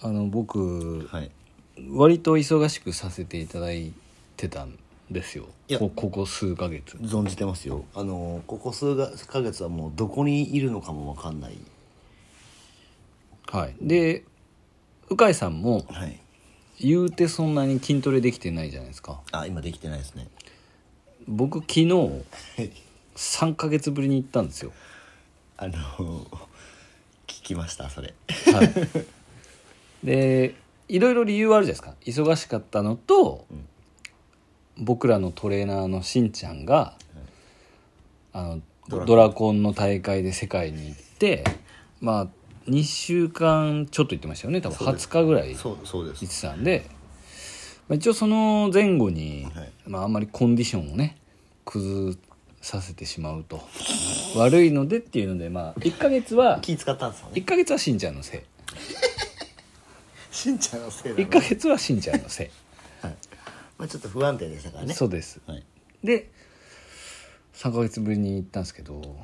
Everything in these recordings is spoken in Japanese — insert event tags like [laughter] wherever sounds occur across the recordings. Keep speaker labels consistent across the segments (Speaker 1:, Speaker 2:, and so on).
Speaker 1: あの僕
Speaker 2: はい
Speaker 1: 割と忙しくさせていただいてたんですよ
Speaker 2: いや
Speaker 1: こここ数ヶ月
Speaker 2: 存じてますよあのここ数ヶ月はもうどこにいるのかも分かんない
Speaker 1: はいで鵜飼さんも
Speaker 2: はい
Speaker 1: 言うてそんなに筋トレできてないじゃないですか
Speaker 2: あ今できてないですね
Speaker 1: 僕昨日
Speaker 2: はい
Speaker 1: 3ヶ月ぶりに行ったんですよ
Speaker 2: あの聞きましたそれ
Speaker 1: はい、 [laughs] でいろいろ理由はあるじゃないですか忙しかったのと、
Speaker 2: ん
Speaker 1: 僕らのトレーナーのしんちゃんが、あの
Speaker 2: ドラコン
Speaker 1: ドラコンの大会で世界に行ってまあ2週間ちょっと行ってましたよね多分
Speaker 2: そうで
Speaker 1: 20
Speaker 2: す
Speaker 1: 日ぐらい行
Speaker 2: そうそうで
Speaker 1: っ
Speaker 2: す
Speaker 1: てたんで、まあ、一応その前後に、
Speaker 2: はい
Speaker 1: まあ、あんまりコンディションをね崩させてしまうと悪いのでっていうのでまあ1ヶ月は
Speaker 2: 気使ったんですよね
Speaker 1: 1ヶ月はしんちゃんのせい
Speaker 2: しんちゃんのせいだな
Speaker 1: 1ヶ月はしんちゃんの [laughs] せ
Speaker 2: はいまあ、ちょっと不安定でしたから
Speaker 1: い、
Speaker 2: ね
Speaker 1: そうです
Speaker 2: はい、
Speaker 1: で3ヶ月ぶりに行ったんですけど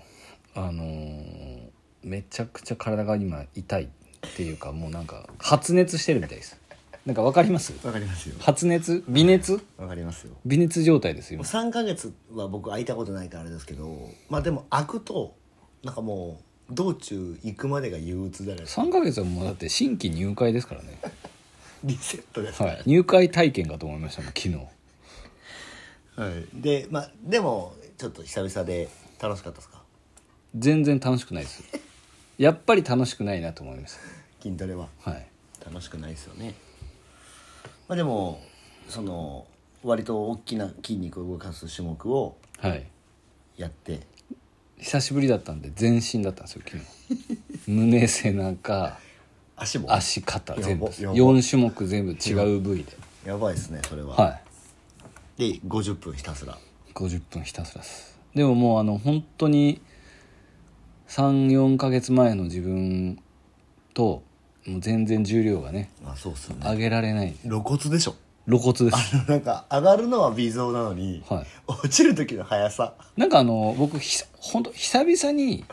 Speaker 1: あのーめちゃくちゃ体が今痛いっていうかもうなんか発熱してるみたいですなんかわかります
Speaker 2: わかりますよ
Speaker 1: 発熱微熱
Speaker 2: わかりますよ
Speaker 1: 微熱状態です
Speaker 2: も
Speaker 1: 今
Speaker 2: う3ヶ月は僕空いたことないからあれですけどまあでも開くとなんかもう道中行くまでが憂鬱だね
Speaker 1: 3ヶ月はもうだって新規入会ですからね、
Speaker 2: リセットです
Speaker 1: はい、入会体験かと思いましたもん昨日
Speaker 2: はい、でまあでもちょっと久々で楽しかったですか
Speaker 1: 全然楽しくないですやっぱり楽しくないなと思いまし
Speaker 2: 筋トレは
Speaker 1: たはい
Speaker 2: 楽しくないですよねまあでもその割と大きな筋肉を動かす種目を
Speaker 1: はい
Speaker 2: やって
Speaker 1: 久しぶりだったんで全身だったんですよ昨
Speaker 2: [laughs]
Speaker 1: 日胸背中
Speaker 2: 足も
Speaker 1: 足肩全部
Speaker 2: やばやば
Speaker 1: 4種目全部違う部位で
Speaker 2: やばいですねそれは、
Speaker 1: は
Speaker 2: で50分ひたすら
Speaker 1: い50分ひたすらですでももうあの本当に34ヶ月前の自分ともう全然重量がね
Speaker 2: あそうっすよね
Speaker 1: 上げられない
Speaker 2: 露骨でしょ [laughs]
Speaker 1: 露骨です
Speaker 2: なんか上がるのは微増なのに、
Speaker 1: はい
Speaker 2: 落ちる時の速さ
Speaker 1: なんかあの僕ひさ本当久々に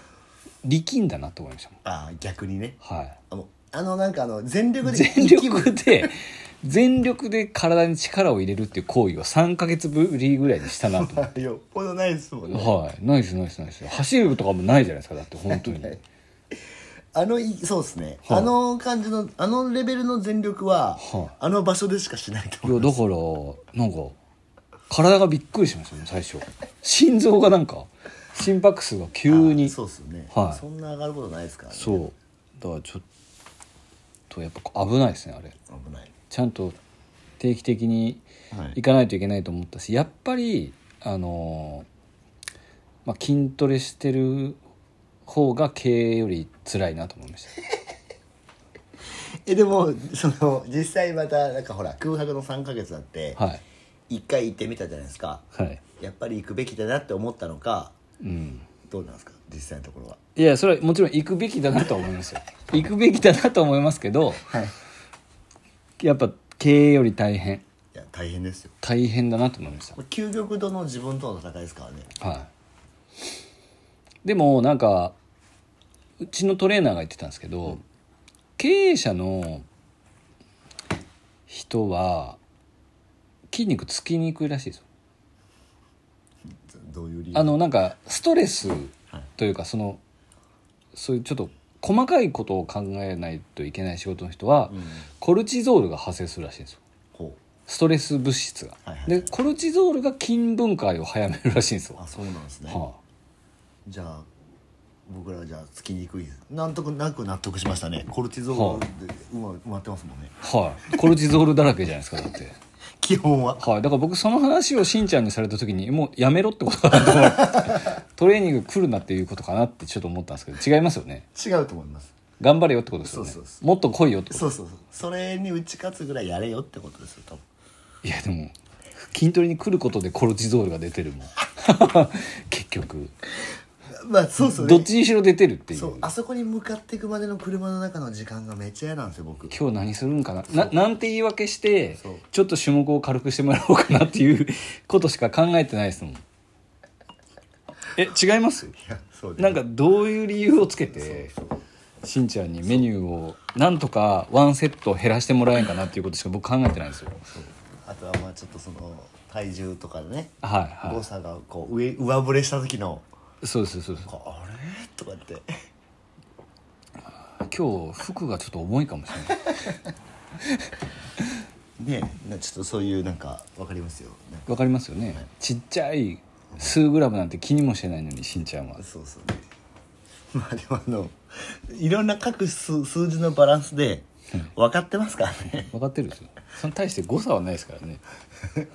Speaker 1: 力んだなと思いましたも
Speaker 2: あ逆にね
Speaker 1: んはい
Speaker 2: あのあのなんかあの全力で
Speaker 1: 全
Speaker 2: 息も
Speaker 1: 力で [laughs] 全力で体に力を入れるっていう行為は3ヶ月ぶりぐらいにしたなと思って
Speaker 2: よっぽどないですもんね
Speaker 1: はい、ナイスナイスナイス走るとかもないじゃないですかだって本 [laughs] 当にはい
Speaker 2: あのいそうですね、
Speaker 1: はい
Speaker 2: あの感じのあのレベルの全力は、
Speaker 1: はい
Speaker 2: あの場所でしかしないと
Speaker 1: いや
Speaker 2: 思う
Speaker 1: だからなんか体がびっくりしましたね最初心臓がなんか心拍数が急に
Speaker 2: あそうっすよね、
Speaker 1: はい
Speaker 2: そんな上がることないですからね
Speaker 1: そうだからちょっとやっぱ危ないですねあれ
Speaker 2: 危ない
Speaker 1: ちゃんと定期的に
Speaker 2: はい
Speaker 1: 行かないといけないと思ったしやっぱりあのーまあ、筋トレしてる方が経営より辛いなと思いました
Speaker 2: えでもその実際またなんかほら空白の3ヶ月あって、
Speaker 1: はい
Speaker 2: 一回行ってみたじゃないですか
Speaker 1: はい
Speaker 2: やっぱり行くべきだなって思ったのか
Speaker 1: うん
Speaker 2: どうなんですか実際のところはい
Speaker 1: やそれはもちろん行くべきだなとは思いますよ行くべきだなとは思いますけど
Speaker 2: はいい
Speaker 1: やっぱ経営より大変
Speaker 2: や大変ですよ
Speaker 1: 大変だなと思いまし
Speaker 2: これ究極度の自分との戦いですからね
Speaker 1: たはいでもなんかうちのトレーナーが言ってたんですけど、経営者の人は筋肉つきにくいらしいですよ
Speaker 2: どういう理由
Speaker 1: あのなんかストレス
Speaker 2: はい
Speaker 1: というかそのそういうちょっと細かいことを考えないといけない仕事の人は、
Speaker 2: うん
Speaker 1: コルチゾールが発生するらしいんですよ
Speaker 2: こ
Speaker 1: ストレス物質が、
Speaker 2: はいはいはい
Speaker 1: でコルチゾールが筋分解を早めるらしいんですよ
Speaker 2: う、あそうなんですね、
Speaker 1: は
Speaker 2: じゃあ僕らはじゃあつきにくいなんとなく納得しましたねコルチゾールで埋ま埋まってますもんね
Speaker 1: い、はい、コルチゾールだらけじゃないですかだって、
Speaker 2: 基本は
Speaker 1: はい、だから僕その話をしんちゃんにされた時にもうやめろってことかなと思ってトレーニング来るなっていうことかなってちょっと思ったんですけど違いますよね
Speaker 2: 違うと思います
Speaker 1: 頑張れよってことですよね
Speaker 2: そうそうそ
Speaker 1: もっと来いよってこと
Speaker 2: そうそうそうそれに打ち勝つぐらいやれよってことですよ多分
Speaker 1: いやでも筋トレに来ることでコルチゾールが出てるもん [laughs] 結局
Speaker 2: まあそうそう
Speaker 1: どっちにしろ出てるっていう
Speaker 2: そうあそこに向かっていくまでの車の中の時間がめっちゃ嫌なんですよ僕
Speaker 1: 今日何するんかなななんて言い訳して
Speaker 2: そう
Speaker 1: ちょっと種目を軽くしてもらおうかなっていうことしか考えてないですもんえ違います
Speaker 2: やそう
Speaker 1: なんかどういう理由をつけてしんちゃんにメニューをなんとかワンセット減らしてもらえんかなっていうことしか僕考えてないんですよ
Speaker 2: あとはまあちょっとその体重とかね
Speaker 1: はいは
Speaker 2: 誤差がこう上上振れした時の
Speaker 1: いそうですそうです
Speaker 2: こうあれとかって
Speaker 1: 今日服がちょっと重いかもしれない
Speaker 2: ねなちょっとそういうなんかわかりますよなんか
Speaker 1: わかりますよねちっちゃい数グラムなんて気にもしてないのにしんちゃんは
Speaker 2: そうそうねまあでもあのいろんな各数数字のバランスで分かってますから
Speaker 1: [laughs]
Speaker 2: ね
Speaker 1: 分かってるんですよその対して誤差はないですからね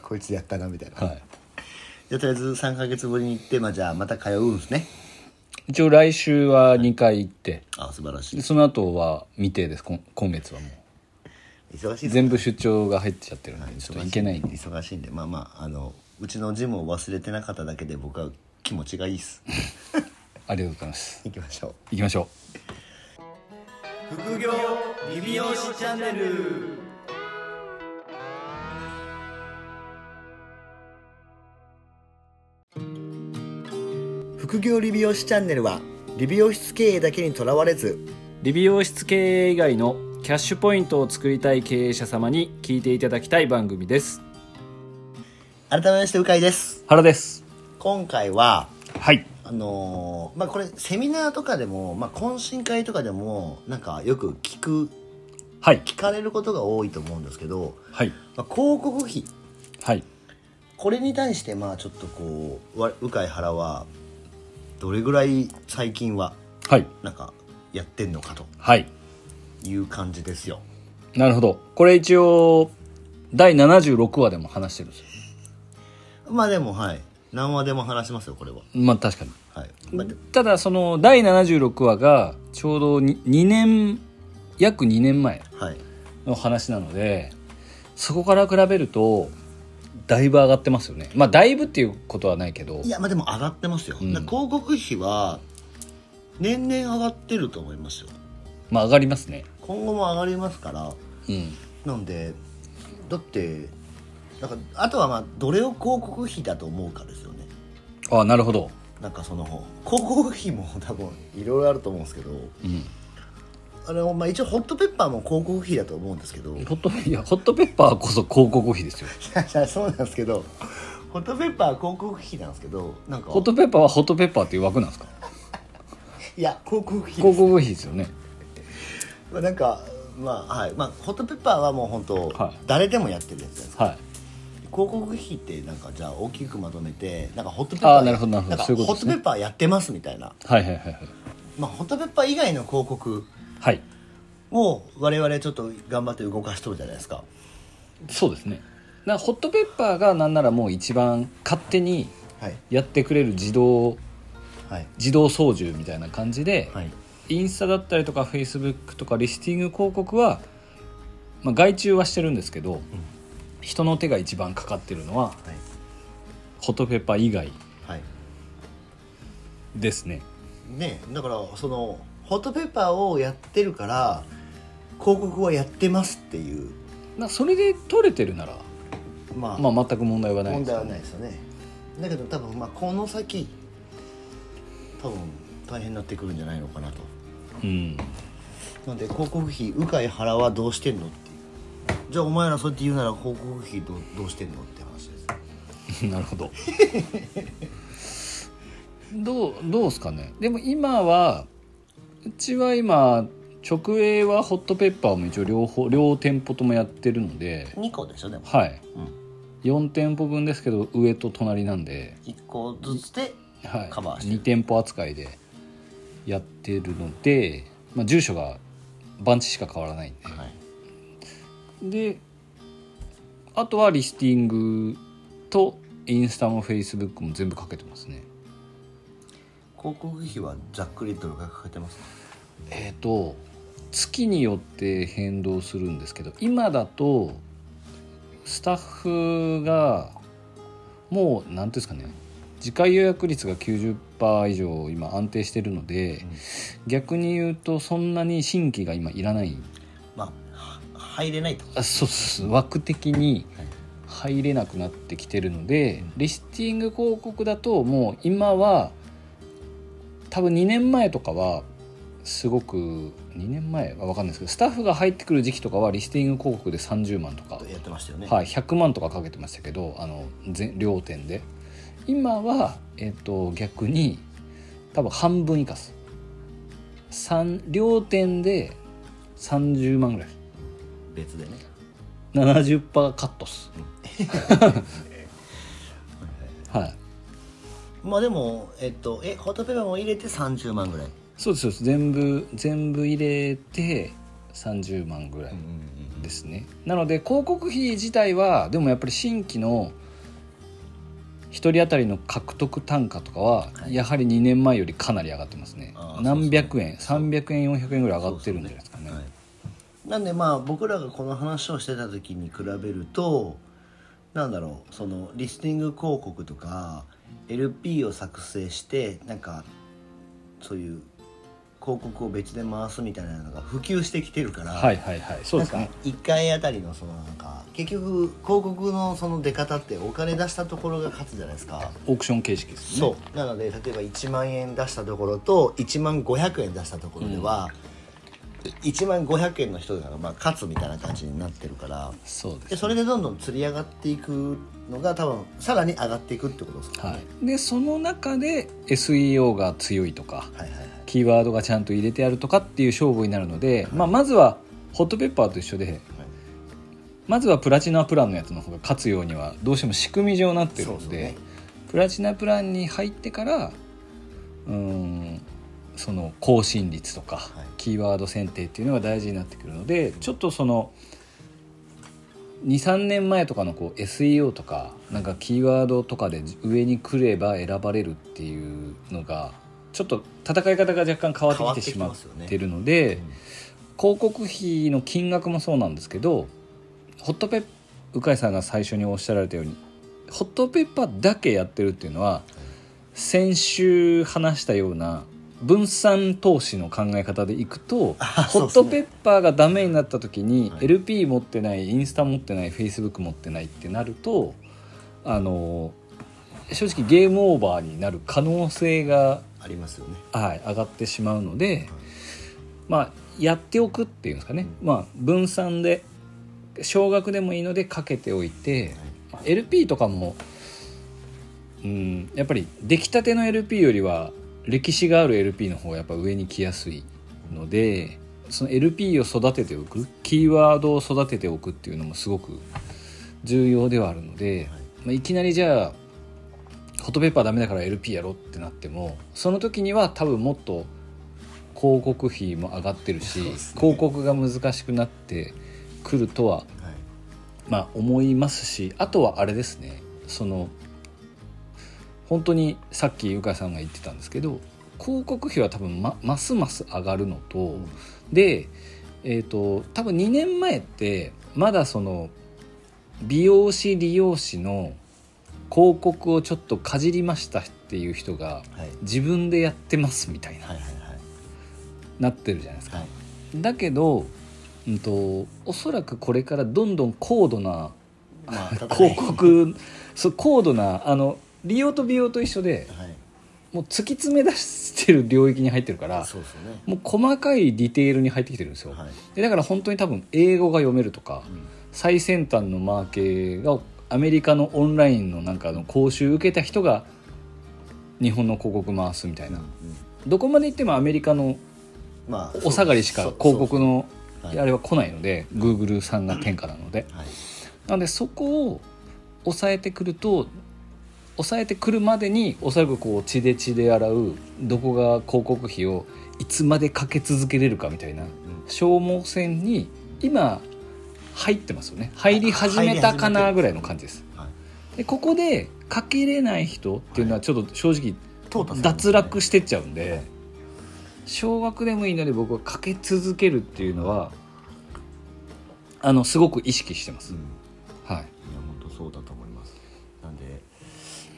Speaker 2: こいつやったなみたいな
Speaker 1: はい
Speaker 2: じゃあとりあえず3か月ぶりに行って、まあ、じゃあまた通うんですね
Speaker 1: 一応来週は2回行って
Speaker 2: あ素晴らし
Speaker 1: で
Speaker 2: い
Speaker 1: その後は未定ですこん今月はもう
Speaker 2: 忙しいです
Speaker 1: 全部出張が入っちゃってるんでちょっと行けないんで
Speaker 2: 忙しいんでまあまああのうちのジムを忘れてなかっただけで僕は気持ちがいいっす [laughs]
Speaker 1: ありがとうございます
Speaker 2: 行きましょう
Speaker 1: 行きましょ
Speaker 2: 副業リビオシチャンネル副業理美容師チャンネルは理美容室経営だけにとらわれず
Speaker 1: う理美容室経営以外のキャッシュポイントを作りたい経営者様に聞いていただきたい番組です
Speaker 2: 改めまして鵜飼です
Speaker 1: 原です
Speaker 2: 今回は
Speaker 1: はい
Speaker 2: あのーまあこれセミナーとかでも、まあ、懇親会とかでもなんかよく聞く
Speaker 1: はい
Speaker 2: 聞かれることが多いと思うんですけど、
Speaker 1: はい
Speaker 2: まあ、広告費
Speaker 1: はい
Speaker 2: これに対してまあちょっとこうわ鵜飼原はどれぐらい最近は
Speaker 1: はい
Speaker 2: なんかやってんのかと
Speaker 1: はい
Speaker 2: いう感じですよ
Speaker 1: なるほどこれ一応第76話でも話してるんですよ
Speaker 2: まあでもはい何話でも話しますよこれは
Speaker 1: まあ確かに
Speaker 2: はい、まあで
Speaker 1: ただその第76話がちょうど 2, 年約2年前
Speaker 2: はい、
Speaker 1: の話なのでそこから比べるとだいぶ上がってますよねまあだいぶっていうことはないけど
Speaker 2: いやまあでも上がってますよ、
Speaker 1: うん
Speaker 2: だから広告費は年々上がってると思いますよ
Speaker 1: まあ上がりますね
Speaker 2: 今後も上がりますから
Speaker 1: うん
Speaker 2: なんでだってなんかあとはまあどれを広告費だと思うかですよね
Speaker 1: ああなるほど
Speaker 2: なんかその広告費も [laughs] 多分いろいろあると思うんですけど
Speaker 1: うん
Speaker 2: あの、まあ、一応ホットペッパーも広告費だと思うんですけどい
Speaker 1: ホットいやホットペッパーこそ広告費ですよ
Speaker 2: やいや [laughs] そうなんですけどホットペッパーは広告費なんですけどなんか
Speaker 1: ホットペッパーはホットペッパーっていう枠なんですか
Speaker 2: いや広告費で
Speaker 1: 広
Speaker 2: す、
Speaker 1: 告費ですよね
Speaker 2: まあ、なんかまあはいまあホットペッパーはもう本当、
Speaker 1: はい
Speaker 2: 誰でもやってるやつじゃないですか
Speaker 1: はい
Speaker 2: 広告費ってなんかじゃあ大きくまとめてなんかホットペッ
Speaker 1: あ
Speaker 2: パ
Speaker 1: ー
Speaker 2: ー
Speaker 1: なるほどなるほど
Speaker 2: んか
Speaker 1: そういうこと
Speaker 2: ホ
Speaker 1: です
Speaker 2: ット
Speaker 1: ね
Speaker 2: ペッパーやってますみたいな
Speaker 1: はいはいはいはい
Speaker 2: まあ、ホットペッパー以外の広告
Speaker 1: はい
Speaker 2: を我々ちょっと頑張って動かしとるじゃないですか
Speaker 1: そうですねなホットペッパーがなんならもう一番勝手に
Speaker 2: はい
Speaker 1: やってくれる自動
Speaker 2: はい
Speaker 1: 自動操縦みたいな感じで、
Speaker 2: はい
Speaker 1: インスタだったりとかフェイスブックとかリスティング広告は、まあ、外注はしてるんですけど、人の手が一番かかってるのは
Speaker 2: はい
Speaker 1: ホットペッパー以外
Speaker 2: はい
Speaker 1: ですね
Speaker 2: ねだからそのホットペッパーをやってるから広告はやってますっていう
Speaker 1: なそれで取れてるなら、
Speaker 2: まあ、
Speaker 1: まあ、全く問題はない
Speaker 2: 問
Speaker 1: です
Speaker 2: 題はないですよねだけど多分まあこの先多分大変になってくるんじゃないのかなと
Speaker 1: うん、 [laughs]
Speaker 2: なんで広告費鵜飼原はどうしてんのっていうじゃあお前らそうやって言うなら広告費どうどうしてんのって話です
Speaker 1: なるほ
Speaker 2: [laughs]
Speaker 1: どどうどうですかねでも今はうちは今直営はホットペッパーも一応両方両店舗ともやってるので
Speaker 2: 2個でしょでも
Speaker 1: はい、
Speaker 2: うん
Speaker 1: 4店舗分ですけど上と隣なんで、
Speaker 2: 1個ずつで
Speaker 1: はい、
Speaker 2: カバーしてる
Speaker 1: 2店舗扱いでやってるので、まあ、住所が番地しか変わらないんで、
Speaker 2: はい
Speaker 1: であとはリスティングとインスタもフェイスブックも全部かけてますね
Speaker 2: 広告費はざっくりどれくらいかけてますか
Speaker 1: えっ、と月によって変動するんですけど今だとスタッフがもう何ていうんですかね次回予約率が90%以上今安定してるので、
Speaker 2: うん
Speaker 1: 逆に言うとそんなに新規が今いらない
Speaker 2: まあは入れないと
Speaker 1: あそうそうそう枠的に
Speaker 2: はい
Speaker 1: 入れなくなってきてるので、
Speaker 2: うん
Speaker 1: リスティング広告だともう今は多分2年前とかはすごく2年前は分かんないですけどスタッフが入ってくる時期とかはリスティング広告で30万とか、
Speaker 2: やってましたよね、
Speaker 1: はい、100万とかかけてましたけどあの全両店で今は、えっと逆に多分半分以下っす三両店で30万ぐらいです
Speaker 2: 別でね
Speaker 1: 70%カットっ [laughs] すはい
Speaker 2: まあでもえっとえホットペッパーも入れて30万ぐらい、
Speaker 1: そうですそうです全部全部入れて30万ぐらいですね、なので広告費自体はでもやっぱり新規の一人当たりの獲得単価とかは、
Speaker 2: はい
Speaker 1: やはり2年前よりかなり上がってますね
Speaker 2: あー
Speaker 1: 何百円、
Speaker 2: そうそう
Speaker 1: 300円400円ぐらい上がってるんじゃないですかね
Speaker 2: そうそうはいなんでまあ僕らがこの話をしてた時に比べるとなんだろうそのリスティング広告とか LP を作成してなんかそういう広告を別で回すみたいなのが普及してきてるから、
Speaker 1: はいはいはいそうです
Speaker 2: なん
Speaker 1: ね
Speaker 2: か1回あたりのそのなんか結局広告のその出方ってお金出したところが勝つじゃないですか
Speaker 1: オークション形式ですね
Speaker 2: そうなので例えば1万円出したところと1万500円出したところでは、1万500円の人がまあ勝つみたいな感じになってるから
Speaker 1: そうです
Speaker 2: でそれでどんどん釣り上がっていくのが多分さらに上がっていくってことですか
Speaker 1: は
Speaker 2: ね、
Speaker 1: い、でその中で SEO が強いとか、
Speaker 2: はい、はいはい
Speaker 1: キーワードがちゃんと入れてあるとかっていう勝負になるので、まあ、まずはホットペッパーと一緒でまずはプラチナプランのやつの方が勝つようにはどうしても仕組み上なってるので
Speaker 2: そうそうね
Speaker 1: プラチナプランに入ってからうーんその更新率とか、
Speaker 2: はい
Speaker 1: キーワード選定っていうのが大事になってくるのでちょっとその23年前とかのこう SEO とかなんかキーワードとかで上に来れば選ばれるっていうのがちょっと戦い方が若干変わってきてしまってるので。広告費の金額もそうなんですけどホットペッ鵜飼さんが最初におっしゃられたようにホットペッパーだけやってるっていうのは先週話したような分散投資の考え方でいくと、ホ
Speaker 2: そうっ
Speaker 1: ッ
Speaker 2: す
Speaker 1: ト
Speaker 2: ね
Speaker 1: ペッパーがダメになった時に
Speaker 2: はい
Speaker 1: LP 持ってないインスタ持ってない Facebook 持ってないってなるとあの正直ゲームオーバーになる可能性が
Speaker 2: ありますよね
Speaker 1: はい、上がってしまうので、まあ、やっておくっていうんですかね、まあ、分散で少額でもいいのでかけておいて、まあ LP とかも、うん、やっぱり出来たての LP よりは歴史がある LP の方がやっぱ上に来やすいのでその LP を育てておくキーワードを育てておくっていうのもすごく重要ではあるので、
Speaker 2: はい
Speaker 1: いまあ、いきなりじゃあホットペッパーダメだから LP やろうってなってもその時には多分もっと広告費も上がってるし、
Speaker 2: そうですね
Speaker 1: 広告が難しくなってくるとは
Speaker 2: はい
Speaker 1: まあ、思いますしあとはあれですねその本当にさっきゆかさんが言ってたんですけど広告費は多分まますます上がるのと、
Speaker 2: ん
Speaker 1: で、えー、と多分2年前ってまだその美容師理容師の広告をちょっとかじりましたっていう人が
Speaker 2: はい
Speaker 1: 自分でやってますみたいな、
Speaker 2: はいはいはい
Speaker 1: なってるじゃないですか。
Speaker 2: はい
Speaker 1: だけど、うん、とおそらくこれからどんどん高度な
Speaker 2: まあ
Speaker 1: 広告そう高度なあの利用と美容と一緒で
Speaker 2: はい
Speaker 1: もう突き詰め出してる領域に入ってるから
Speaker 2: そうですよね
Speaker 1: もう細かいディテールに入ってきてるんですよ、
Speaker 2: はい
Speaker 1: でだから本当に多分英語が読めるとか、
Speaker 2: うん
Speaker 1: 最先端のマーケーがアメリカのオンラインのなんかあの講習受けた人が日本の広告回すみたいな、
Speaker 2: うん
Speaker 1: どこまで行ってもアメリカの
Speaker 2: まあ
Speaker 1: お下がりしか
Speaker 2: そう
Speaker 1: 広告の
Speaker 2: そう
Speaker 1: あ
Speaker 2: はい
Speaker 1: れは来ないので Google さんが天下なので
Speaker 2: はい
Speaker 1: なのでそこを抑えてくると抑えてくるまでにおそらくこう血で血で洗うどこが広告費をいつまでかけ続けれるかみたいな消耗戦に今入ってますよね入り始めたかなぐらいの感じです。
Speaker 2: はい
Speaker 1: でここでかけれない人っていうのはちょっと正直
Speaker 2: 淘汰されますね
Speaker 1: 脱落してっちゃうんで少額でもいいので僕はかけ続けるっていうのはあのすごく意識してま
Speaker 2: う
Speaker 1: す
Speaker 2: ん。
Speaker 1: はい
Speaker 2: いや本当そうだと思いますなんで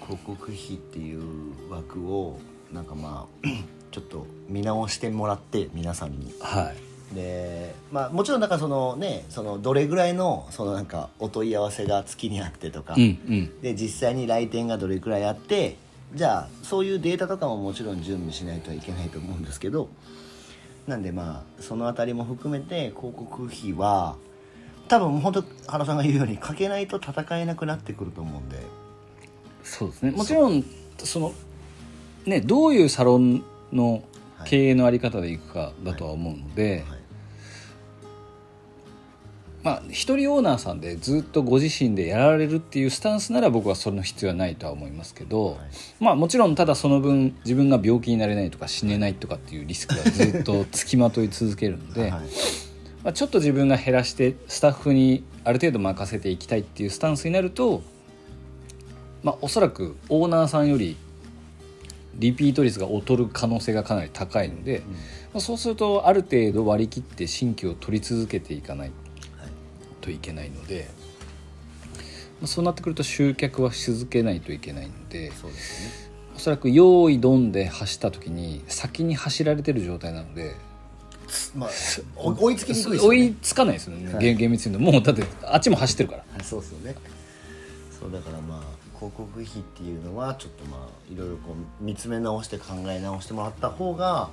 Speaker 2: 広告費っていう枠をなんかまあ [clears throat] ちょっと見直してもらって皆さんに
Speaker 1: はい
Speaker 2: でまあもちろんなんかそのねそのどれぐらいのそのなんかお問い合わせが月にあってとか、
Speaker 1: うんうん
Speaker 2: で実際に来店がどれくらいあってじゃあそういうデータとかももちろん準備しないといけないと思うんですけどなんでまあその辺りも含めて広告費は多分本当原さんが言うようにかけないと戦えなくなってくると思うんで
Speaker 1: そうですねもちろんそのねどういうサロンの経営のあり方でいくかだとは思うので、
Speaker 2: はい
Speaker 1: まあ一人オーナーさんでずっとご自身でやられるっていうスタンスなら僕はその必要はないとは思いますけど、
Speaker 2: はい
Speaker 1: まあもちろんただその分自分が病気になれないとか死ねないとかっていうリスクはずっとつきまとい続けるので、
Speaker 2: はい
Speaker 1: まあ、ちょっと自分が減らしてスタッフにある程度任せていきたいっていうスタンスになると、まあ、おそらくオーナーさんよりリピート率が劣る可能性がかなり高いので、
Speaker 2: うん
Speaker 1: まあ、そうするとある程度割り切って新規を取り続けていかない
Speaker 2: はい
Speaker 1: といけないので、まあ、そうなってくると集客はし続けないといけないので
Speaker 2: そうですね
Speaker 1: おそらく用意ドンで走った時に先に走られてる状態なので。
Speaker 2: まあお追いつきにくいです
Speaker 1: 追
Speaker 2: よね
Speaker 1: いつかないですよね、
Speaker 2: はい
Speaker 1: 厳密に言うともうだってあっちも走ってるから
Speaker 2: はい [laughs] そうですよねそうだからまあ広告費っていうのはちょっとまあいろいろこう見つめ直して考え直してもらった方が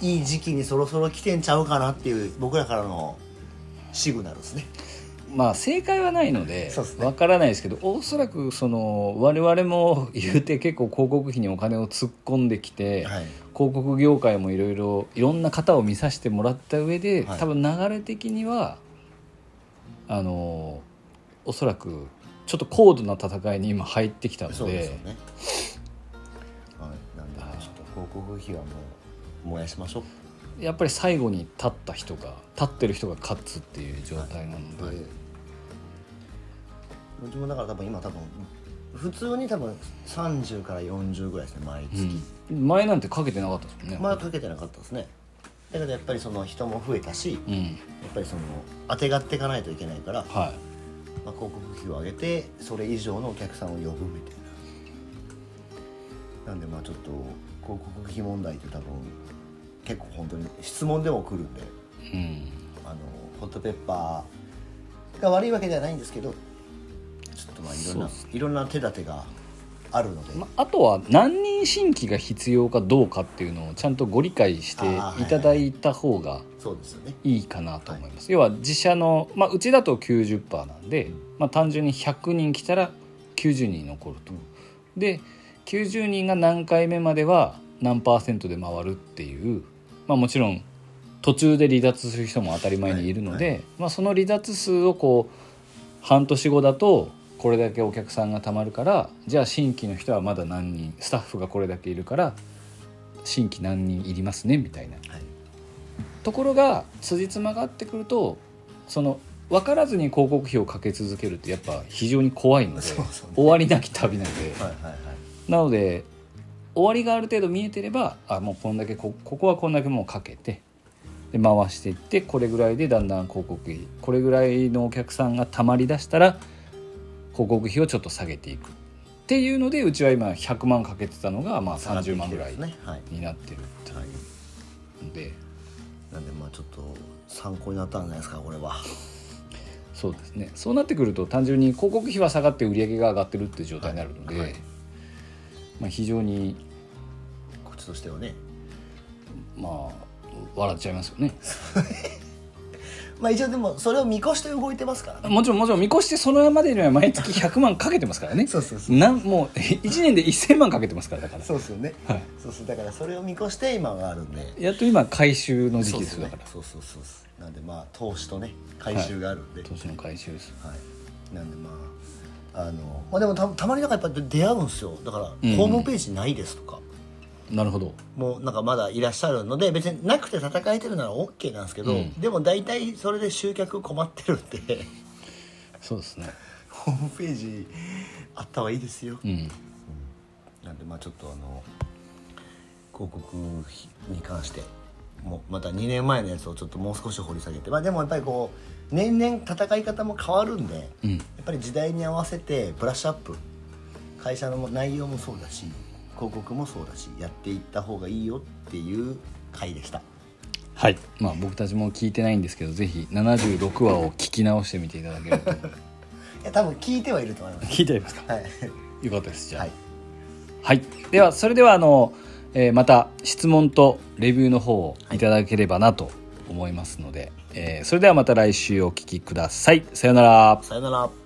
Speaker 2: いい時期にそろそろ来てんちゃうかなっていう僕らからのシグナルですね
Speaker 1: まあ正解はないので
Speaker 2: そうですね
Speaker 1: わからないですけどおそらくその我々も [laughs] 言うて結構広告費にお金を突っ込んできて、
Speaker 2: はい
Speaker 1: 広告業界もいろいろいろんな方を見させてもらった上で、
Speaker 2: はい
Speaker 1: 多分流れ的にはあのおそらくちょっと高度な戦いに今入ってきたの
Speaker 2: そう
Speaker 1: で
Speaker 2: ですよねはいなんでちょっと広告費はもう燃やしましょう
Speaker 1: やっぱり最後に立った人が立ってる人が勝つっていう状態なので、
Speaker 2: はいうちもだから多分今多分普通に多分30から40ぐらいですね毎月、
Speaker 1: うん前なんてかけてなかったですもんね、
Speaker 2: まあかけてなかったですねだけどやっぱりその人も増えたし、
Speaker 1: う
Speaker 2: や
Speaker 1: ん
Speaker 2: っぱりその当てがっていかないといけないから、ま
Speaker 1: は
Speaker 2: あ、広告費を上げてそれ以上のお客さんを呼ぶみたいななんでまあちょっと広告費問題って多分結構本当に質問でも来るんで
Speaker 1: い、うん、
Speaker 2: あのホットペッパーが悪いわけではないんですけどちょっとまあいろん
Speaker 1: そう
Speaker 2: な、
Speaker 1: っす
Speaker 2: いろんな手立てがあるので、
Speaker 1: まあとは何人新規が必要かどうかっていうのをちゃんとご理解していただいた方が
Speaker 2: そうですよね
Speaker 1: いいかなと思います、要は自社の、まあ、うちだと90%なんで、まあ、単純に100人来たら90人残ると、で90人が何回目までは何パーセントで回るっていう、まあ、もちろん途中で離脱する人も当たり前にいるので、
Speaker 2: は
Speaker 1: まあ、その離脱数をこう半年後だとこれだけお客さんがたまるからじゃあ新規の人はまだ何人スタッフがこれだけいるから新規何人いりますねみたいな
Speaker 2: はい
Speaker 1: ところが辻褄が合ってくるとその分からずに広告費をかけ続けるってやっぱ非常に怖いので
Speaker 2: そうそうね
Speaker 1: 終わりなき旅なので
Speaker 2: はいはいはい
Speaker 1: なので終わりがある程度見えてればあもうこんだけこここはこんだけもうかけてで回していってこれぐらいでだんだん広告費これぐらいのお客さんがたまりだしたら広告費をちょっと下げていくっていうのでうちは今100万かけてたのがまあ30万ぐらい
Speaker 2: ねはい、
Speaker 1: になってるって
Speaker 2: はい、
Speaker 1: いうので
Speaker 2: なんでまあちょっと参考になったんじゃないですかこれは
Speaker 1: そうですねそうなってくると単純に広告費は下がって売り上げが上がってるっていう状態になるので、
Speaker 2: はいはい
Speaker 1: まあ、非常に
Speaker 2: こっちとしてはね
Speaker 1: まあ笑っちゃいますよね
Speaker 2: まあ一応でもそれを見越して動いてますからね
Speaker 1: もちろんもちろん見越してそのまでには毎月100万かけてますからね
Speaker 2: そうそうそう
Speaker 1: なんもう1年で1000万かけてますからだから
Speaker 2: そうですよね、
Speaker 1: はい
Speaker 2: そうそうだからそれを見越して今があるんで
Speaker 1: やっと今回収の時期
Speaker 2: そう
Speaker 1: で
Speaker 2: ですす
Speaker 1: よ
Speaker 2: ね
Speaker 1: だから
Speaker 2: そうそうそうそうなんでまあ投資とね回収があるんで、
Speaker 1: 投資の回収です
Speaker 2: はい、なんでまああの、まあ、でもたたまになんかやっぱり出会うんですよだから、
Speaker 1: うん
Speaker 2: ホームページないですとか
Speaker 1: なるほど
Speaker 2: もうなんかまだいらっしゃるので別になくて戦えてるなら OK なんですけど、
Speaker 1: うん
Speaker 2: でも大体それで集客困ってるんで
Speaker 1: そうですね
Speaker 2: ホームページあった方がいいですよ、
Speaker 1: うん
Speaker 2: なんでまあちょっとあの広告費に関してもうまた2年前のやつをちょっともう少し掘り下げてまあでもやっぱりこう年々戦い方も変わるんで、
Speaker 1: うん
Speaker 2: やっぱり時代に合わせてブラッシュアップ会社の内容もそうだし広告もそうだしやっていった方がいいよっていう回でした
Speaker 1: はいまあ僕たちも聞いてないんですけどぜひ76話を聞き直してみていただけると
Speaker 2: いや多分 [laughs] 聞いてはいると思います
Speaker 1: 聞いてありますか
Speaker 2: はい
Speaker 1: よかったですじゃあ
Speaker 2: はい
Speaker 1: はい、ではそれではあの、えーまた質問とレビューの方をいただければなと思いますので、えーそれではまた来週お聞きくださいさようなら
Speaker 2: さよなら